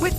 With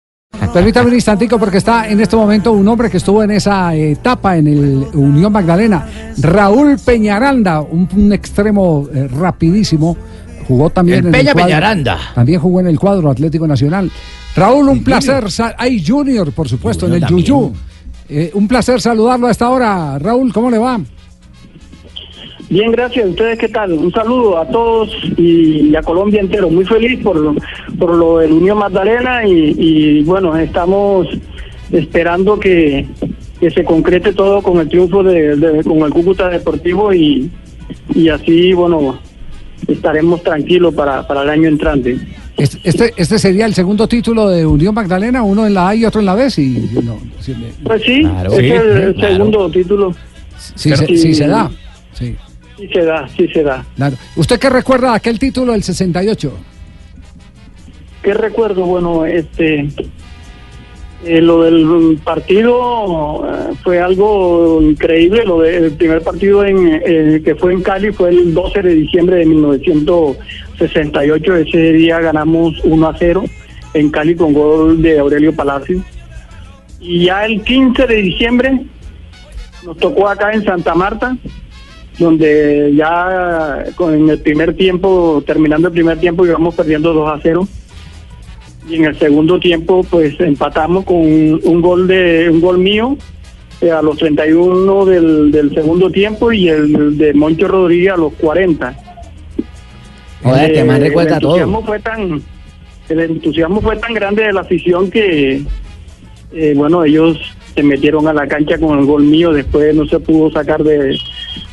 Permítame un instantico porque está en este momento un hombre que estuvo en esa eh, etapa en el Unión Magdalena, Raúl Peñaranda, un, un extremo eh, rapidísimo, jugó también El en Peña el cuadro, Peñaranda. también jugó en el cuadro Atlético Nacional. Raúl, un placer, sa- ay Junior, por supuesto, Junior en el también. Yuyú. Eh, un placer saludarlo a esta hora. Raúl, ¿cómo le va? Bien, gracias. ¿Ustedes qué tal? Un saludo a todos y, y a Colombia entero. Muy feliz por, por lo del Unión Magdalena y, y, bueno, estamos esperando que, que se concrete todo con el triunfo de, de- con el Cúcuta Deportivo y, y así, bueno, estaremos tranquilos para, para el año entrante. Este, este, este sería el segundo título de Unión Magdalena, uno en la A y otro en la B, si, si no- si me- Pues sí, Claro. es Sí, el, el claro. segundo título. si se, Sí. si se da. Sí, Sí se da, sí se da. claro. ¿Usted qué recuerda de aquel título del 68? ¿Qué recuerdo? Bueno, este. eh, lo del partido eh, fue algo increíble. Lo del primer partido en, eh, que fue en Cali fue el 12 de diciembre de 1968. Ese día ganamos 1 a 0 en Cali con gol de Aurelio Palacio. Y ya el 15 de diciembre nos tocó acá en Santa Marta donde ya con en el primer tiempo, terminando el primer tiempo, íbamos perdiendo 2 a 0. Y en el segundo tiempo, pues empatamos con un, un gol de un gol mío eh, a los 31 del, del segundo tiempo y el de Moncho Rodríguez a los 40. Joder, Eh, este man recuerda el entusiasmo todo. Fue tan, el entusiasmo fue tan grande de la afición que, eh, bueno, ellos se metieron a la cancha con el gol mío. Después no se pudo sacar de,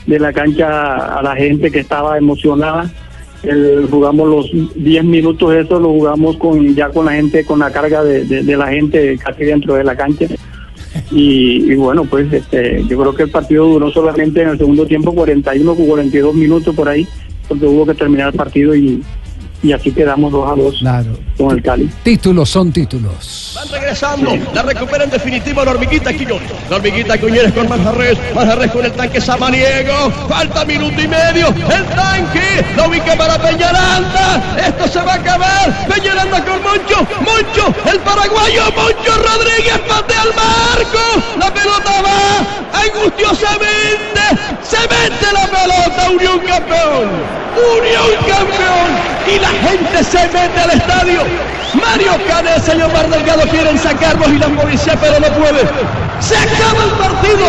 de la cancha a la gente que estaba emocionada. El- jugamos los 10 minutos, eso lo jugamos con ya con la gente, con la carga de, de- de la gente casi dentro de la cancha. Y, y bueno, pues este, yo creo que el partido duró solamente en el segundo tiempo 41 o 42 minutos por ahí, porque hubo que terminar el partido y, y así quedamos 2 a 2 Claro. con el Cali. Títulos son títulos. Van regresando, la recupera en definitiva la hormiguita Quiñones. La hormiguita Quiñones con Manjarres, Manjarres con el tanque Samaniego. Falta minuto y medio, el tanque lo ubica para Peñaranda. Esto se va a acabar. Peñaranda con Moncho, Moncho, el paraguayo Moncho Rodríguez pate al marco. La pelota va angustiosamente, se mete la pelota, Unión Campeón. Unión Campeón y la gente se mete al estadio. Mario Cane, el señor Mar Delgado quieren sacarlos y la policía pero no puede. Se acaba el partido.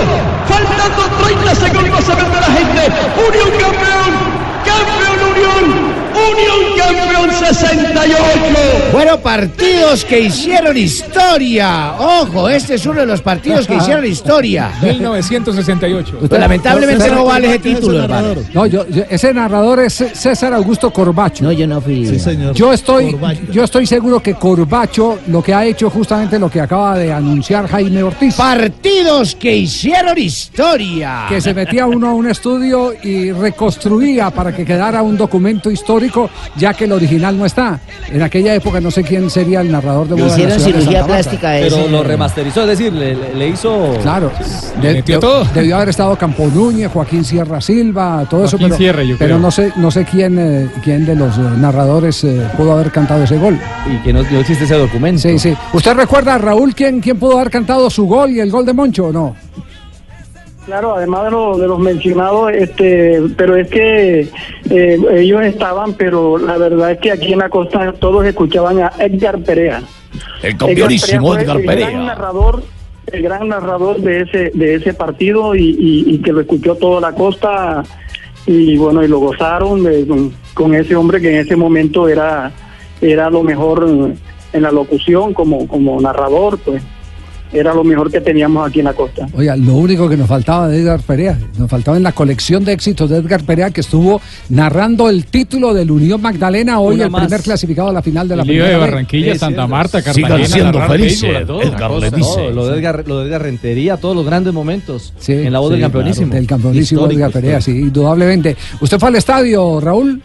Faltando 30 segundos se mete la gente. Unión Campeón. Campeón Unión. Unión Campeón 68. Fueron partidos que hicieron historia. Ojo, este es uno de los partidos que hicieron historia. 1968. Pero lamentablemente Usted- no vale ese título, hermano. No, yo, yo- ese narrador es C- César Augusto Corbacho. No, yo no fui. Yo estoy, yo estoy seguro que Corbacho lo que ha hecho es justamente lo que acaba de anunciar Jaime Ortiz. Partidos que hicieron historia. que se metía uno a un estudio y reconstruía para que quedara un documento histórico, ya que el original no está. En aquella época no sé quién sería el narrador de Le Boda en la hicieron ciudad de cirugía Santa Marta. plástica ¿eh? a ese. remasterizó, es decir, le, hizo. Claro, de- metió de- todo. debió haber estado Campo Núñez, Joaquín Sierra Silva, todo eso, Joaquín pero, Sierra, yo pero creo. no sé, no sé quién, eh, quién de los eh, narradores eh, pudo haber cantado ese gol. Y que no, no existe ese documento. Sí, sí. ¿Usted recuerda, Raúl, quién, quién pudo haber cantado su gol y el gol de Moncho o no? Claro, además de, lo- de los mencionados, este, pero es que eh, ellos estaban, pero la verdad es que aquí en la costa todos escuchaban a Edgar Perea. El Perea fue El gran narrador, el gran narrador de ese de ese partido y, y- y que lo escuchó toda la costa y bueno y lo gozaron de- con, con ese hombre que en ese momento era era lo mejor en, en la locución como como narrador, pues. era lo mejor que teníamos aquí en la costa. Oiga, lo único que nos faltaba de Edgar Perea, nos faltaba en la colección de éxitos de Edgar Perea que estuvo narrando el título del Unión Magdalena, hoy Una el más. primer clasificado a la final de la El lío de primera B. Barranquilla, Sí, Santa sí, Marta, Sigan Cartagena. siendo narrar felices, béisbol a todo, Edgar la cosa. le dice. No, lo de, Edgar, lo de Edgar Rentería, todos los grandes momentos Sí, en la voz sí, del campeonísimo. Del campeonísimo Histórico, Edgar Perea, sí, histórico. indudablemente. ¿Usted fue al estadio, Raúl?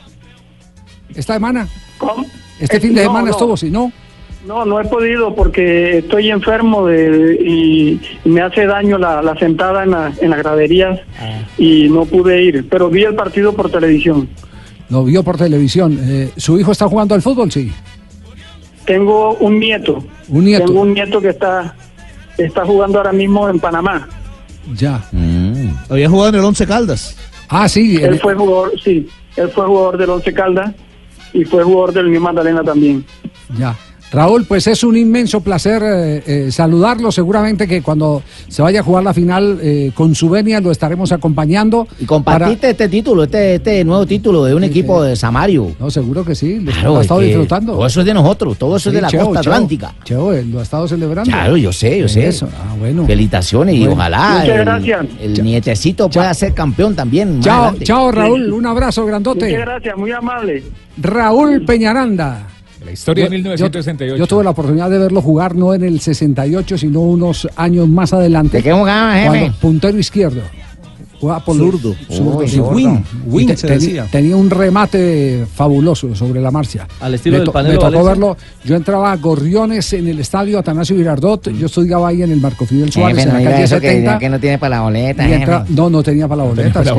¿Esta semana? ¿Cómo? ¿Este Eh, fin de no, semana no. estuvo? Si no, No, no he podido porque estoy enfermo de, y me hace daño la, la sentada en, la- en las graderías Ah. y no pude ir, pero vi el partido por televisión. lo vio por televisión. Eh, ¿Su hijo está jugando al fútbol? Sí. Tengo un nieto, Un nieto. tengo un nieto que está, está jugando ahora mismo en Panamá. Ya. Había jugado en el Once Caldas. Ah, sí. Él eh, fue jugador, sí, él fue jugador del Once Caldas y fue jugador del New Magdalena también. Ya. Raúl, pues es un inmenso placer eh, eh, saludarlo. Seguramente que cuando se vaya a jugar la final eh, con su venia lo estaremos acompañando. Y compartiste para- este título, este, este nuevo título de un equipo sí. de Samario. No, seguro que sí. Lo Claro, ha es estado que disfrutando. Todo eso es de nosotros, todo eso es de la costa atlántica. Cheo, eh, lo ha estado celebrando. Claro, yo sé, yo sé. Eso, ah, bueno. Felicitaciones y Bueno. ojalá Muchas el- gracias. el, nietecito pueda ser campeón también. más Chao, adelante. chao, Raúl. Un abrazo Muchas grandote. gracias, muy amable. Raúl Peñaranda. La historia de yo, 1968. yo tuve la oportunidad de verlo jugar no en el 68, sino unos años más adelante. ¿De qué jugaba, jefe? Cuando puntero izquierdo. Jugaba por Zurdo. zurdo, Uy, sí, gordo. win, Win, Y te- se teni- decía. Tenía un remate fabuloso sobre la marcha. Al estilo me del to- Panelo Me tocó Valencia. verlo. Yo entraba a Gorriones en el estadio Atanasio Girardot. Yo estudiaba ahí en el Marco Fidel Suárez, Jefe, en no la diga calle Eh, eso que, 70. que no tiene para la boleta, y entra- jefe. no, no tenía para la boleta. es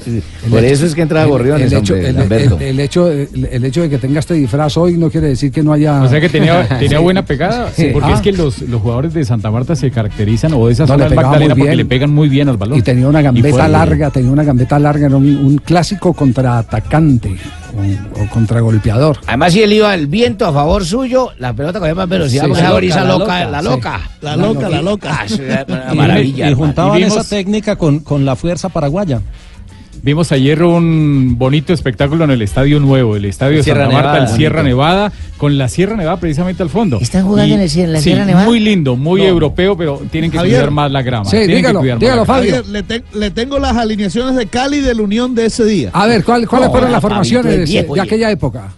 que- Por eso es que entra Gorriones, el hecho, hombre, el, Lamberto. el- el hecho, el, el hecho de que tenga este disfraz hoy no quiere decir que no haya. O sea que tenía, tenía buena pegada, Sí. porque Ah. es que los, los jugadores de Santa Marta se caracterizan o de esa No, le zona del pegaba Magdalena muy porque bien. le pegan muy bien al balón. Y tenía una gambeta Y fue- larga, tenía una gambeta larga, era un, un clásico contraatacante o, o contragolpeador. Además, si él iba el viento a favor suyo, la pelota cogía más velocidad Sí, con la esa loca, brisa la loca, loca, la sí. loca. La loca, la loca. una Y- Ah, maravilla. Y, hermano. juntaban Y vimos- esa técnica con, con la fuerza paraguaya. Vimos ayer un bonito espectáculo en el Estadio Nuevo, el Estadio de Sierra Santa Marta, Nevada, el Sierra bonito. Nevada, con la Sierra Nevada precisamente al fondo. ¿Están jugando en el Sierra- en la sí, Sierra Nevada? Muy lindo, muy europeo, pero tienen que cuidar más la grama. Sí, tienen que dígalo, cuidar más dígalo, la grama. Fabio. le, te- le tengo las alineaciones de Cali de la Unión de ese día. A ver, ¿cuál- ¿cuáles No, fueron era las Fabito el formaciones eh, viejo, de oye. aquella época?